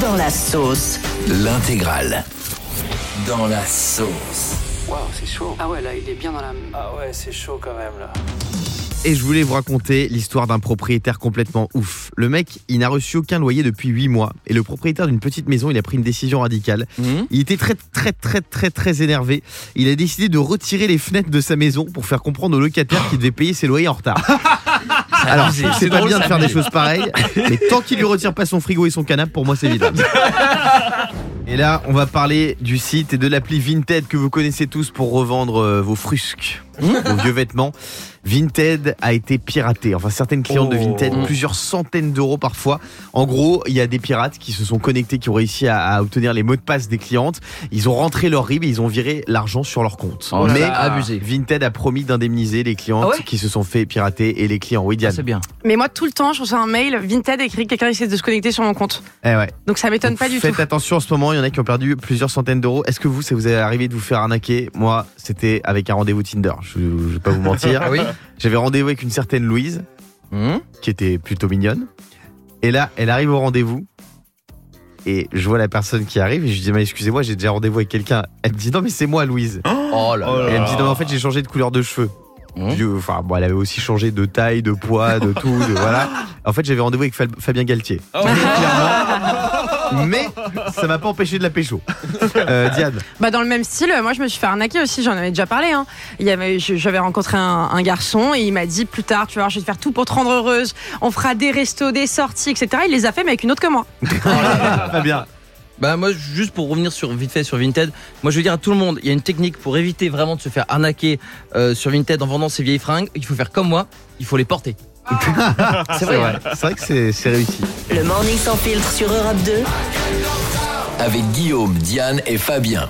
Dans la sauce. L'intégrale. Dans la sauce. Waouh, c'est chaud. Ah ouais, là, il est bien dans la. Ah ouais, c'est chaud quand même là. Et je voulais vous raconter l'histoire d'un propriétaire complètement ouf. Le mec, il n'a reçu aucun loyer depuis 8 mois. Et le propriétaire d'une petite maison, il a pris une décision radicale. Mhm. Il était très, très, très, très, très énervé. Il a décidé de retirer les fenêtres de sa maison pour faire comprendre aux locataires qu'il devait payer ses loyers en retard. Alors, abusé, c'est c'est pas drôle, bien de ça faire des abuse. choses pareilles, mais tant qu'il lui retire pas son frigo et son canapé, pour moi, c'est vide. Et là, on va parler du site et de l'appli Vinted que vous connaissez tous pour revendre euh, vos frusques, Mmh. vos vieux vêtements. Vinted a été piraté. Enfin, certaines clientes de Oh. Vinted, Mm. plusieurs centaines d'euros parfois. En gros, il y a des pirates qui se sont connectés, qui ont réussi à, à obtenir les mots de passe des clientes. Ils ont rentré leur RIB et ils ont viré l'argent sur leur compte. Oh là Mais là. abusé. Vinted a promis d'indemniser les clientes Ah ouais Ah, qui se sont fait pirater et les clients. Oui, Diane. C'est bien. Mais moi, tout le temps, je reçois un mail Vinted écrit que quelqu'un essaie de se connecter sur mon compte. Eh ouais. Donc ça m'étonne Donc, pas du Faites tout. attention en ce moment, il y en a qui ont perdu plusieurs centaines d'euros. Est-ce que vous, ça vous est arrivé de vous faire arnaquer Moi, c'était avec un rendez-vous Tinder. Je, je vais pas vous mentir. Ah oui J'avais rendez-vous avec une certaine Louise, Hmm qui était plutôt mignonne. Et là, elle arrive au rendez-vous. Et je vois la personne qui arrive et je lui dis mais excusez-moi j'ai déjà rendez-vous avec quelqu'un. Elle me dit non mais c'est moi Louise. Oh là Et Bah, elle me dit non mais en fait j'ai changé de couleur de cheveux. Mmh. Je dis, enfin bon elle avait aussi changé de taille, de poids, de tout, de- voilà. En fait j'avais rendez-vous avec Fab- Fabien Galtier. Oh. Clairement. Mais ça m'a pas empêché de la pécho. Euh, Diane. Bah, dans le même style, moi, je me suis fait arnaquer aussi, j'en avais déjà parlé. Hein. Il y avait, je- j'avais rencontré un, un garçon et il m'a dit plus tard, tu vois, je vais te faire tout pour te rendre heureuse. On fera des restos, des sorties, etc. Il les a fait, mais avec une autre que moi. Ah. Fabien. Bah moi juste pour revenir sur vite fait sur Vinted, moi je veux dire à tout le monde, il y a une technique pour éviter vraiment de se faire arnaquer euh, sur Vinted en vendant ses vieilles fringues, il faut faire comme moi, il faut les porter. c'est vrai. C'est vrai que c'est c'est réussi. Le morning sans filtre sur Europe 2. avec Guillaume, Diane et Fabien.